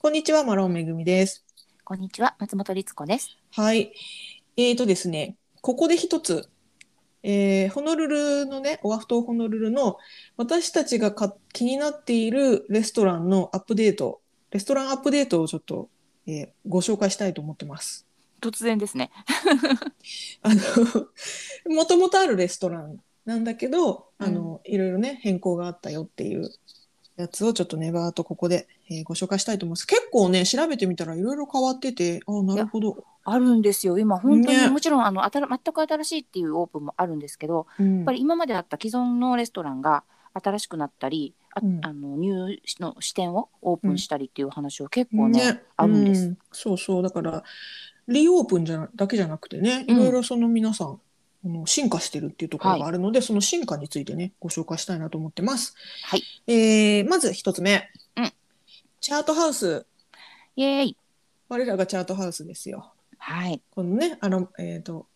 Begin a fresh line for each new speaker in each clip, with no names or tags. こんにちは、マロンめぐみです。
こんにちは、松本律子です。
はい。えーとですね、ここで一つ、えーホノルルのね、オアフ島ホノルルの私たちがか気になっているレストランのアップデート、レストランアップデートをちょっと、えーご紹介したいと思ってます。
突然ですね。
あの、 もともとあるレストランなんだけど、あの、いろいろね、変更があったよっていうやつをちょっとネバーとここで、えーご紹介したいと思います。結構ね、調べてみたらいろいろ変わってて、ああ、なるほど。
あるんですよ。今本当に、
ね
もちろんあの新全く新しいっていうオープンもあるんですけど、
うん
やっぱり今まであった既存のレストランが新しくなったり、あ,、
うん
あの入の支店をオープンしたりっていう話を結構ね、あるんです
うそうそうだからリオープンじゃなだけじゃなくてねいろいろその皆さん、あの進化してるっていうところがあるので、その進化についてねご紹介したいなと思ってます。
はい
えーまず一つ目、
うん
チャートハウス
イエーイ。
我らがチャートハウスですよ。
はい、
このねあのえっ、と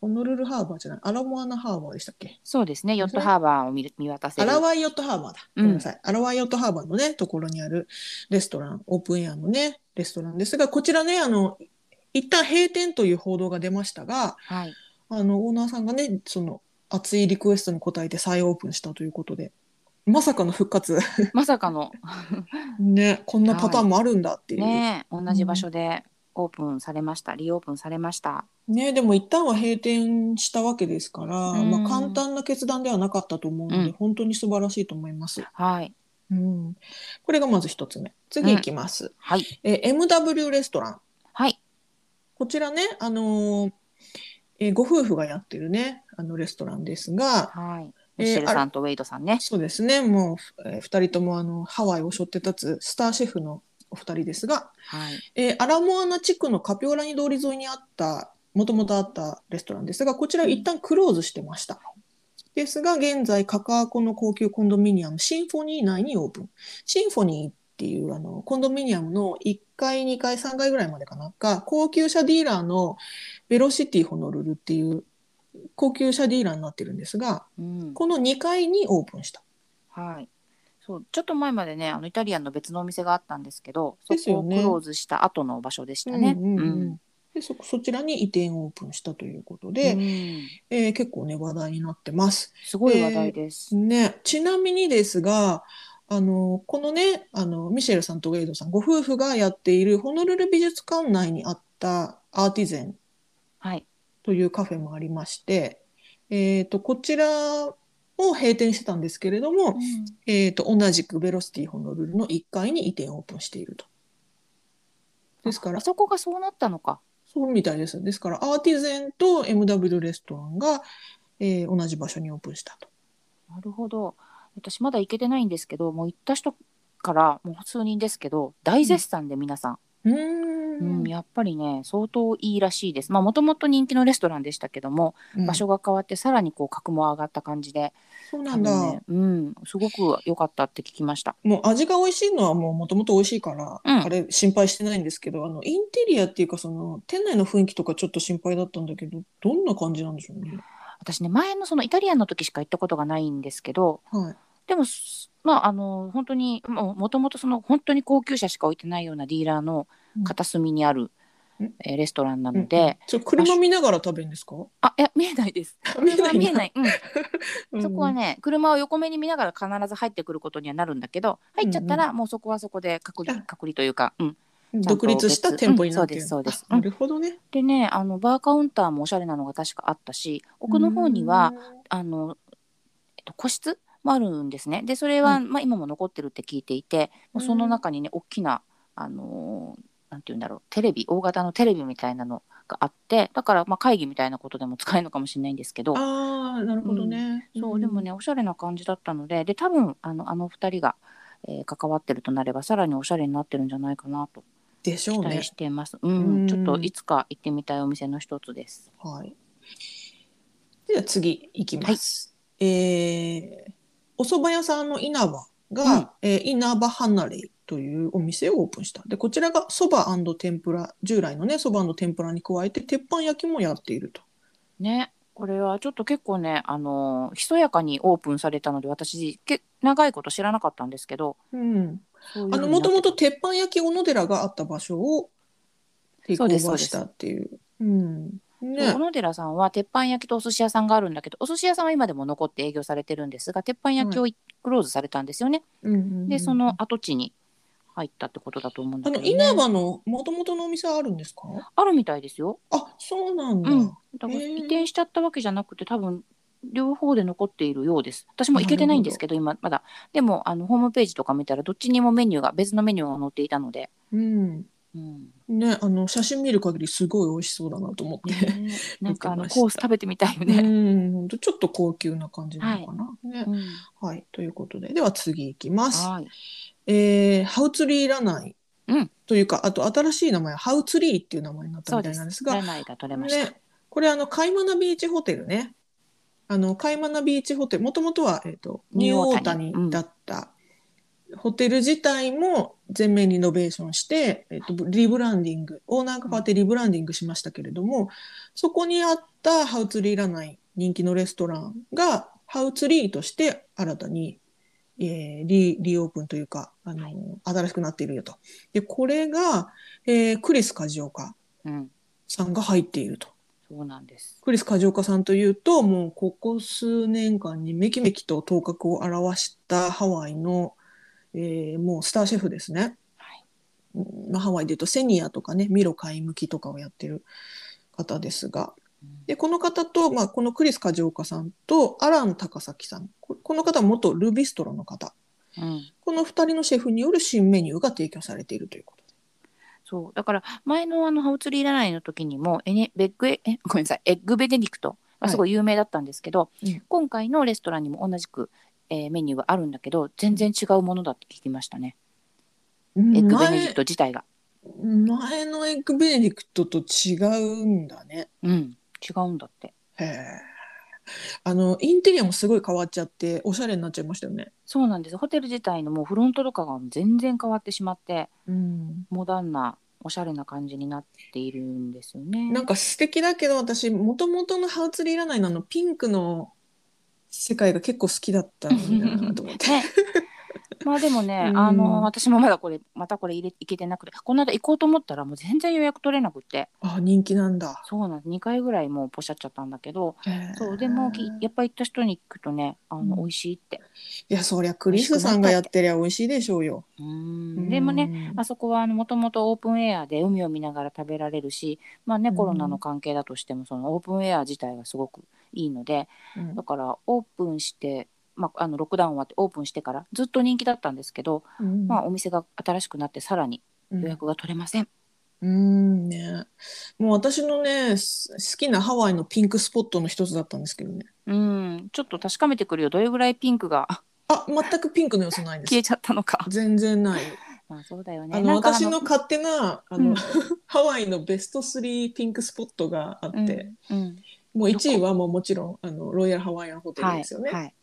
ホノルルハーバーじゃないアラモアナハーバーでしたっけ
そうですね。ヨットハーバーを見る見渡せ
ア
る。
ラワイヨットハーバーだ。
う
ご
ん
めんなさい。アラワイヨットハーバーのね、ところにあるレストラン、オープンエアのね、レストランですが、こちらね、あの、一旦閉店という報道が出ましたが、
はい。
あの、オーナーさんがね、その、熱いリクエストに応えて再オープンしたということで、まさかの復活。
まさかの
ね、こんなパターンもあるんだっていう。ね
ね同じ場所でオープンされました。リオープンされました。
でも一旦は閉店したわけですから、
うん
まあ簡単な決断ではなかったと思うので、
うん
本当に素晴らしいと思います。
はい
うん。これがまず一つ目。次いきます。
はい
えー MW レストラン。
はい。
こちらね、あのーえーご夫婦がやってるね、あのレストランですが、
はい。
えー
ミシェルさんとウェイドさんね。
そうですね、もう、え2人ともあのハワイを背負って立つスターシェフのお二人ですが、
はい。
えーアラモアナ地区のカピオラニ通り沿いにあった、もともとあったレストランですが、こちら一旦クローズしてました。ですが、現在、カカアコの高級コンドミニアム、シンフォニー内にオープン。シンフォニーっていう、あの、コンドミニアムの1階、2階、3階ぐらいまでかな、が、高級車ディーラーのベロシティホノルルっていう、高級車ディーラーになってるんですが、
うん。
この2階にオープンした。
はい。そうちょっと前までねあのイタリアンの別のお店があったんですけどそ
ですよ
こを
ね
クローズした後の場所でしたね。
うんうんうん
うん
でそ、そちらに移転オープンしたということで、
うん
えー結構ね、話題になってます。
すごい話題です。
ね、ちなみにですが、あの、このね、あの、ミシェルさんとウェイドさん、ご夫婦がやっているホノルル美術館内にあったアーティゼン
はい。
というカフェもありまして、えっと、こちらも閉店してたんですけれども、えっと、同じくベロシティホノルルの1階に移転オープンしていると。ですから
あ、そこがそうなったのか。
そうみたいです。ですから、アーティゼンと MW レストランが、えー同じ場所にオープンしたと。
なるほど。私まだ行けてないんですけどもう行った人からもう数人ですけど大絶賛で皆さん、
うー
うん
ん。
やっぱりね相当いいらしいです。まあもともと人気のレストランでしたけども、場所が変わってさらにこう格も上がった感じで
そうな
多
ん
分
だ。
ね、うん、すごく良かったって聞きました。
もう味が美味しいのはもうもともと美味しいから、
うん
あれ心配してないんですけど、あの、インテリアっていうかその、店内の雰囲気とかちょっと心配だったんだけど、どんな感じなんでしょうね。
私ね前のそのイタリアンの時しか行ったことがないんですけど
はい。
でもすまああの本当にもうもともとその本当に高級車しか置いてないようなディーラーの
うん
片隅にある、
うん
えーレストランなの
うんう
で、
それ車見ながら食べるんですか
あいや見えないです
見えないんだ
見えない、うん
うん
そこはね車を横目に見ながら必ず入ってくることにはなるんだけど入っちゃったらもうそこはそこで隔離
あ
隔離というか、うん、んと
独立した店舗になってる、
うんそうですそうです
あなるほどね。
でねあのバーカウンターもおしゃれなのが確かあったし奥の方には、あの、えっと、個室もあるんですね。でそれは、
う
まあ、今も残ってるって聞いていて、
うん
その中にね大きな、あのーなんて言うんだろうテレビ大型のテレビみたいなのがあってだから、まあ、会議みたいなことでも使えるのかもしれないんですけど
うん。ああ、なるほどね。
そうでもねおしゃれな感じだったのでで多分あのあの2人が、えー関わってるとなればさらにおしゃれになってるんじゃないかなと
でしょ
期
うね
待。してます。うん
うん
ちょっといつか行ってみたいお店の一つです。
はい。では次いきます。えーお蕎麦屋さんの稲葉が、
うん
えー稲葉ハナレイというお店をオープンした。で、こちらが蕎麦天ぷら、従来のね、蕎麦天ぷらに加えて、鉄板焼きもやっていると。
ねこれはちょっと結構ね、あのーひそやかにオープンされたので、私、け長いこと知らなかったんですけど、
うん、
そういう
あ
ふ
の
うに
も
なって
ともと鉄板焼き小野寺があった場所をテイクオーバーしたっていう。うんね
小、野寺さんは鉄板焼きとお寿司屋さんがあるんだけどお寿司屋さんは今でも残って営業されてるんですが鉄板焼きをクローズされたんですよね、
うんうんうん
でその跡地に入ったってことだと思うん
あ
だけ
の
ど、ね、
稲葉のもともとのお店あるんですか
あるみたいですよ、
あそうなんだ。
うん、だから
へー
移転しちゃったわけじゃなくて多分両方で残っているようです私も行けてないんですけど今まだでもあのホームページとか見たらどっちにもメニューが別のメニューが載っていたので、
うん
うん、
ね、あの写真見る限りすごい美味しそうだなと思って。
ねなんかあ
見てま
の
した
コース食べてみたいよ
う
ね、
ん、ほんとちょっと高級な感じなのかな。ね
う、ん
はい、ということで、では次いきます。
はい
えーハウツリー占い、
うん
というか、あと新しい名前、ハウツリーっていう名前になった
そう
みた
で
い
す
なんですが、
占いが取れました、
ね、これあのカイマナビーチホテルねあのカイマナビーチホテルもともとは、えー、とニ
ニ
ュ
ュ
ー
ー
オ
オ
ー
ー
タ
タ
ニ
ニ
だった、ホテル自体も全面リノベーションして、えー、とリブランディングオーナーが変わってリブランディングしましたけれども、そこにあったハウツリーらない人気のレストランがハウツリーとして新たに、えーリリオープンというかあの、
はい
新しくなっているよと。でこれが、えークリス・カジオカ
うん、
さんが入っていると。
そうなんです。
クリス・カジオカさんというと、もうここ数年間にめきめきと頭角を現したハワイの、えーもうスターシェフですね。
はい
うんまあ、ハワイでいうとセニアとかね、ミロ買い向きとかをやってる方ですが。で、この方と、まあ、このクリス・カジオカさんとアラン・高崎さん。ここの方は元ルビストロの方。
うん、
この二人のシェフによる新メニューが提供されているということで。
そうだから前のあのハウツリーラナイの時にもエネベッグエ えごめんなさいエッグベネディクトがすごい有名だったんですけど、
うん
今回のレストランにも同じく、えーメニューがあるんだけど全然違うものだって聞きましたね、エッグベネディクト自体が、
前前のエッグ・ベネディクトと違うんだね。
うん、違うんだって
へえ。あの、インテリアもすごい変わっちゃって、おしゃれになっちゃいましたよね。
そうなんですホテル自体のもうフロントとかが全然変わってしまって
うん。
モダンなおしゃれな感じになっているんですよね
なんか素敵だけど、私、もともとのハウツリー占いのあの、ピンクの世界が結構好きだったんだなと思っ て。
ね、まあでもね、
うん
あの私もまだこれまたこれ入れいけてなくてこの間行こうと思ったらもう全然予約取れなくて
あ、人気なんだ。
そうなんです2回ぐらいもうポシャっちゃったんだけど
へえ
そうでもきやっぱ行った人に聞くとねあの、
うん
美味しいって
いや、そりゃクリスさんがやってりゃ美味しいでしょうよ。
うーんでもね
ね
あそこはもともとオープンエアで海を見ながら食べられるしまあね
うん
コロナの関係だとしてもそのオープンエア自体がすごくいいのでだからオープンして、まあ、あのロックダウン終わってオープンしてからずっと人気だったんですけど、まあ、お店が新しくなってさらに予約が取れません。
うーんね。もう私のね、す好きなハワイのピンクスポットの一つだったんですけどね。
うん、ちょっと確かめてくるよ。どれぐらいピンクがあ
あ、全くピンクの要素ないです
消え。ちゃったのか。
全然ない。
まあ、そうだよね。
あの
なんか
私の勝手なあ
う
の、
ん
ハワイのベスト3ピンクスポットがあ
う
っ
ん
て、
うん、
もう1位はもうもちろんあのロイヤルハワイアンホテルですよね。
はい、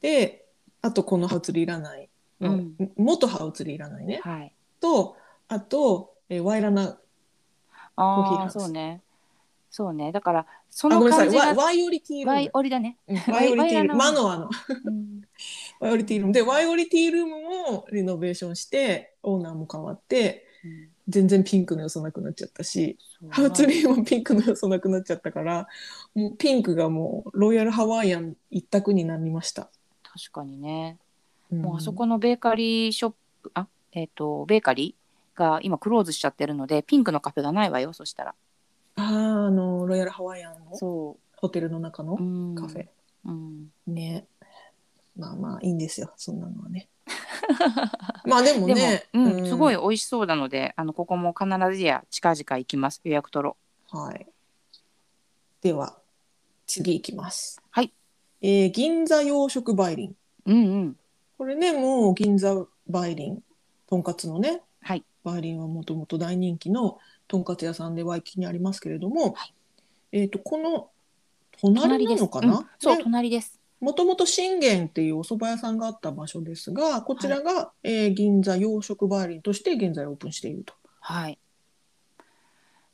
であとこのハウツリーらない、
うん
元ハウツリーらないね、
はい、はい。
とあと、えーワイラナコーヒーハ
あ
ウ
あ、
ス
そうね。そうね。だから、そ
あごめん
の
なさ
感
い
じ
ワイ
が。
ワイオリティール
ワ
ー
イ
ム。
オリだね。
うんワイオリティールーム
ワ
マ
イラナ
ノアの
うん、
ワイオリティールームでワイオリティールームもリノベーションしてオーナーも変わって
うん
全然ピンクの要素なくなっちゃったし
そう
ハウツリーもピンクの要素なくなっちゃったから、もうピンクがもうロイヤルハワイアン一択になりました。
確かにね。
ん
もうあそこのベーカリーショップ、あ、えっ、と、ベーカリーが今クローズしちゃってるので、ピンクのカフェがないわよ。そしたら。
あーあのロイヤルハワイアンの
そ
ホテルの中
う。う
の
ん、
カフェ、。
うん。
ね。まあまあいいんですよそんなのはね。まあでも
でも、
ね、
うん、すごい
は
美味しそうなので、あのここも必ずや近々行きます。予約取ろ
い。では次いきます。
はい。
えー銀座洋食梅林。
う。うんうん。
これねもう銀座梅林とんかつのね
はい。
バイリンはもともと大人気のとんかつ屋さんでワイキキにありますけれども、
はい
えっ、とこの隣なのか
隣です
な
うんそう、隣です。
もともと信玄っていうお蕎麦屋さんがあった場所ですがこちらが、えー銀座洋食バイリンとして現在オープンしていると。
はい。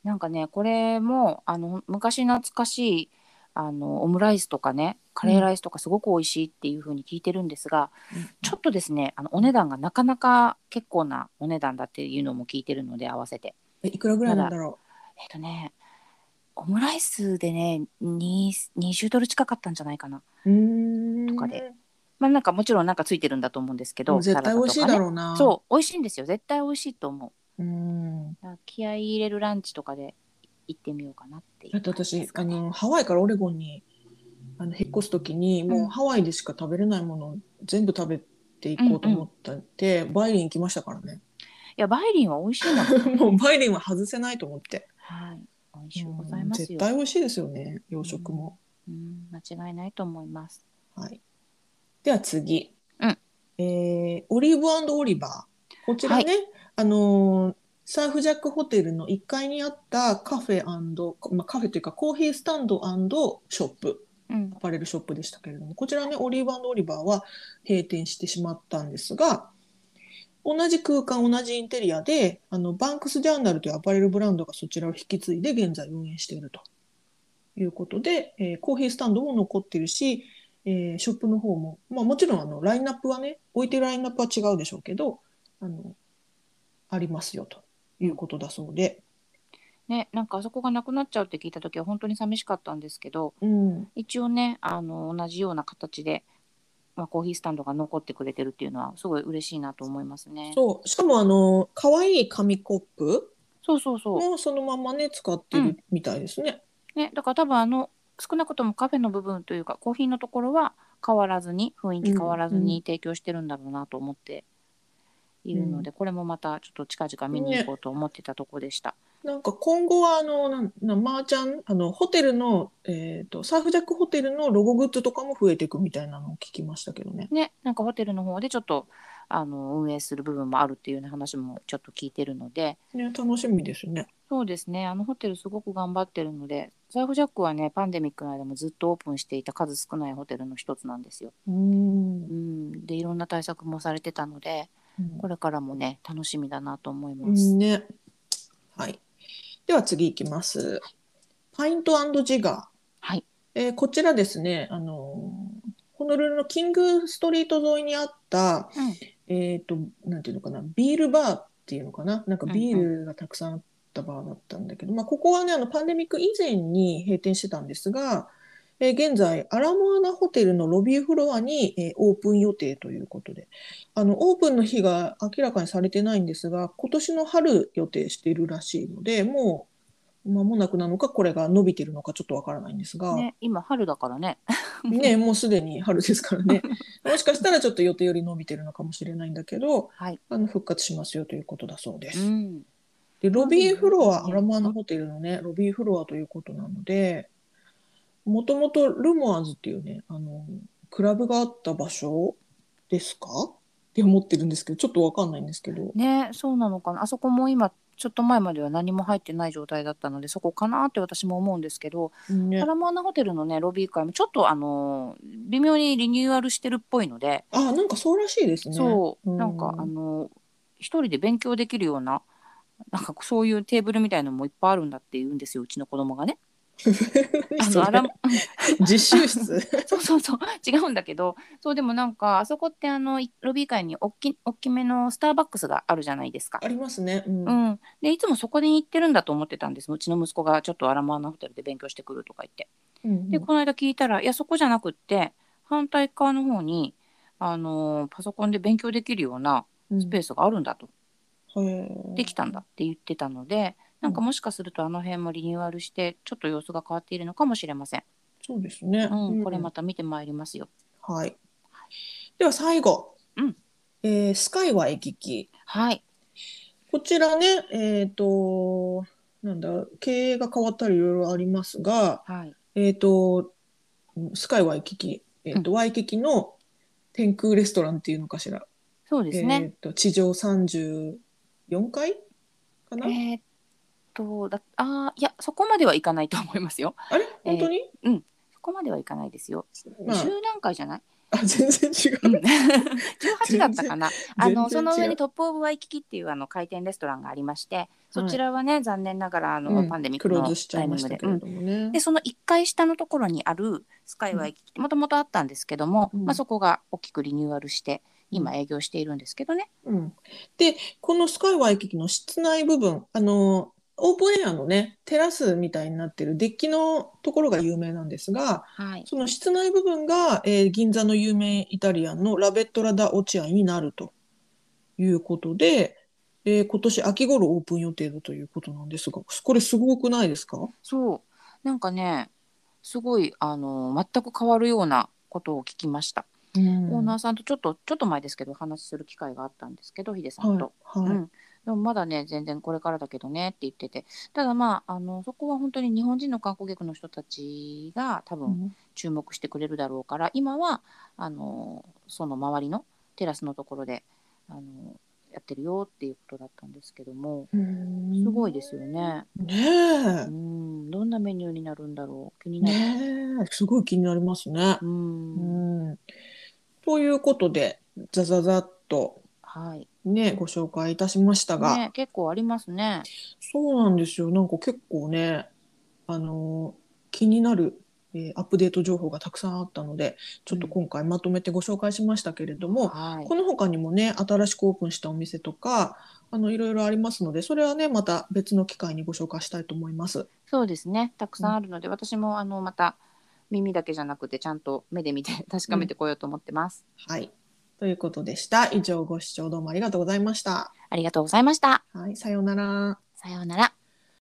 なんかね、これもあの昔懐かしいあのオムライスとかねカレーライスとかすごく美味しいっていうふうに聞いてるんですが、
うん
ちょっとですねあのお値段がなかなか結構なお値段だっていうのも聞いてるので合わせて
えいくらぐらいなんだろ
えっとねオムライスでねに20ドル近かったんじゃないかな
ううーん
とかでまあなんかもちろんなんかついてるんだと思うんですけ
も
ど
う絶対美味しい
サラ
だ
ダとかね
ろうな
そう美味しいんですよ絶対美味しいと思う
ううん
だから気合い入れるランチとかで行ってみようかなってい
だ
う
って
感じで
私
すか
あ
ね
のハワイからオレゴンにあの引っ越す時にもうハワイでしか食べれないものを全部食べていこうと思ったって、バイリン行きましたからね
いやバイリンは美味しいんだもん
もうバイリンは外せないと思って
はい美味しゅうございますよ
絶対美味しいですよね洋食も、
うん間違いないと思います
はい、では次、
うん
えーオリーブオリバーこちらね、あのーサーフジャックホテルの1階にあったカフェ、まあ、カフェというかコーヒースタンドショップ
うん
アパレルショップでしたけれどもこちらねオリーブオリバーは閉店してしまったんですが同じ空間同じインテリアであのバンクス・ジャーナルというアパレルブランドがそちらを引き継いで現在運営しているということで、えーコーヒースタンドも残ってるし、えーショップの方も、まあ、もちろんあのラインナップはね置いてるラインナップは違うでしょうけどあのありますよということだそうで。
ねなんかあそこがなくなっちゃうって聞いた時は本当に寂しかったんですけど
うん
一応ねあの同じような形で、まあ、コーヒースタンドが残ってくれてるっていうのはすごい嬉しいなと思いますね。
そうしかもあの可愛い紙コップ
そうそうそう
もうそのままね使ってるみたいですね。
ね、だから多分あの少なくともカフェの部分というかコーヒーのところは変わらずに雰囲気変わらず
うんうん
に提供してるんだろうなと思っているので、これもまたちょっと近々見に行こうと思ってたとこでした。
なんか今後はあのなんなんマーちゃんあのホテルのえっ、とサーフジャックホテルのロゴグッズとかも増えていくみたいなのを聞きましたけどね。
ね、なんかホテルの方でちょっとあの運営する部分もあるっていうような話もちょっと聞いてるので
ね楽しみですね。
そうですねあのホテルすごく頑張ってるのでサイフジャックはねパンデミックの間もずっとオープンしていた数少ないホテルの一つなんですよ。
うーん
う。ん、でいろんな対策もされてたのでこれからもね楽しみだなと思います。
ね。はい。では次いきます。パイントジガー。
はい
えーこちらですね、あのーホノルルのキングストリート沿いにあった、
うん
えっ、と、なんていうのかな、ビールバーっていうのかな、なんかビールがたくさんあったバーだったんだけど、まあ、ここはね、あのパンデミック以前に閉店してたんですが、えー現在、アラモアナホテルのロビーフロアに、えーオープン予定ということで、あの、オープンの日が明らかにされてないんですが、今年の春予定しているらしいので、もう、間もなくなのか、これが伸びてるのかちょっとわからないんですが、
ね、今春だからね。
ね、もうすでに春ですから ね。もしかしたらちょっと予定より伸びてるのかもしれないんだけど、
はい。
あの復活しますよということだそうで
う
す。
ん。
で、ロビーフロア、アラマーナホテルのね、ロビーフロアということなので、もともとルモアーズっていうね、あの、クラブがあった場所ですかって思ってるんですけど、ちょっとわかんないんですけど。
ね、そうなのかな。あそこも今ちょっと前までは何も入ってない状態だったので、そこかなって私も思うんですけど、
ね
パラモアナホテルのねロビー会もちょっとあのー微妙にリニューアルしてるっぽいので、
あ、なんかそうらしいですね。
そう、
うん
なんかあのー一人で勉強できるような。なんかそういうテーブルみたいのもいっぱいあるんだって言うんですようちの子供がね。 あ
そ
の
れ
アラ
実習室。
そうそうそう 違うんだけどそうでもなんかあそこってあのいロビー会に大き大きめのスターバックスがあるじゃないですか
あ。りますね。うん
うん、でいつもそこに行ってるんだと思ってたんですうちの息子がちょっとアラモアナホテルで勉強してくるとか言って
うん
でこの間聞いたらいやそこじゃなくって反対側の方に、あのーパソコンで勉強できるような
うん
スペースがあるんだと、
へー
できたんだって言ってたのでなんかもしかするとあの辺もリニューアルしてちょっと様子が変わっているのかもしれません、
そうですね。
うん、これ
も
また見てまいりますよ
はい。では最後。
うん
えースカイは駅機。
はい
こちらね、えっ、と、なんだ、経営が変わったりいろいろありますが、
はい
えっ、と、スカイワイキキ、えっ、と、ワイキキの天空レストランっていうのかしら。
そうです
えっ、
ね
と、地上34階か
え
な、
ーっとだあーいやそこまではいかないと思いますよ
あれ本当に、
そこまではいかないですよ
まあ
十、何回じゃない
あ全然違う、
うん18だったかなあ
全然
のそ
違う
の上にトップ・オブ・ワイキキっていうあの回転レストランがありましてそちらはね、残念ながらあの、
うん
パンデミッ
ク
ク
ロー
の
ズしちゃ
タ
い
イミ
ま
ン
し
グ
た
で
けれどもね
でその1階下のところにあるスカイワイキキってもともとあったんですけども、
うん
まあ、そこが大きくリニューアルして今営業しているんですけどね。
うん、でこのスカイワイキキの室内部分あのオープンエアのねテラスみたいになってるデッキのところが有名なんですが
はい、
その室内部分が、えー銀座の有名イタリアンのラベットラ・ダ・オチアイになるということで、えー今年秋頃オープン予定だということなんですがこれすごくないですか
そうなんかねすごいあの全く変わるようなことを聞きました、
うん
オーナー
は
さんとちょっとちょっと前ですけどお話しする機会があったんですけどヒデさん
い
と。
は
う
い
ん、でもまだね全然これからだけどねって言っててただまああのそこは本当に日本人の観光客の人たちが多分
うん
注目してくれるだろうから今はあのその周りのテラスのところであのやってるよっていうことだったんですけども
うん
すごいですよね。
ね
うんどんなメニューになるんだろう気に
え
なる。
ねえすごい気になりますね。
う
うんん、ということでザザザっと
はい
ねご紹介いたしましたが、
ね、結構ありますね。
そうなんですよなんか結構ねあの気になる、えーアップデート情報がたくさんあったのでちょっと今回まとめてご紹介しましたけれども、
はい
この他にもね新しくオープンしたお店とかあのいろいろありますのでそれはねまた別の機会にご紹介したいと思います。
そうですね。たくさんあるので、私もあのまた耳だけじゃなくてちゃんと目で見て確かめてこようと思ってます。
はいということでした以上ご視聴どうもありがとうございました。
ありがとうございました。
はい、さようなら。
さようなら。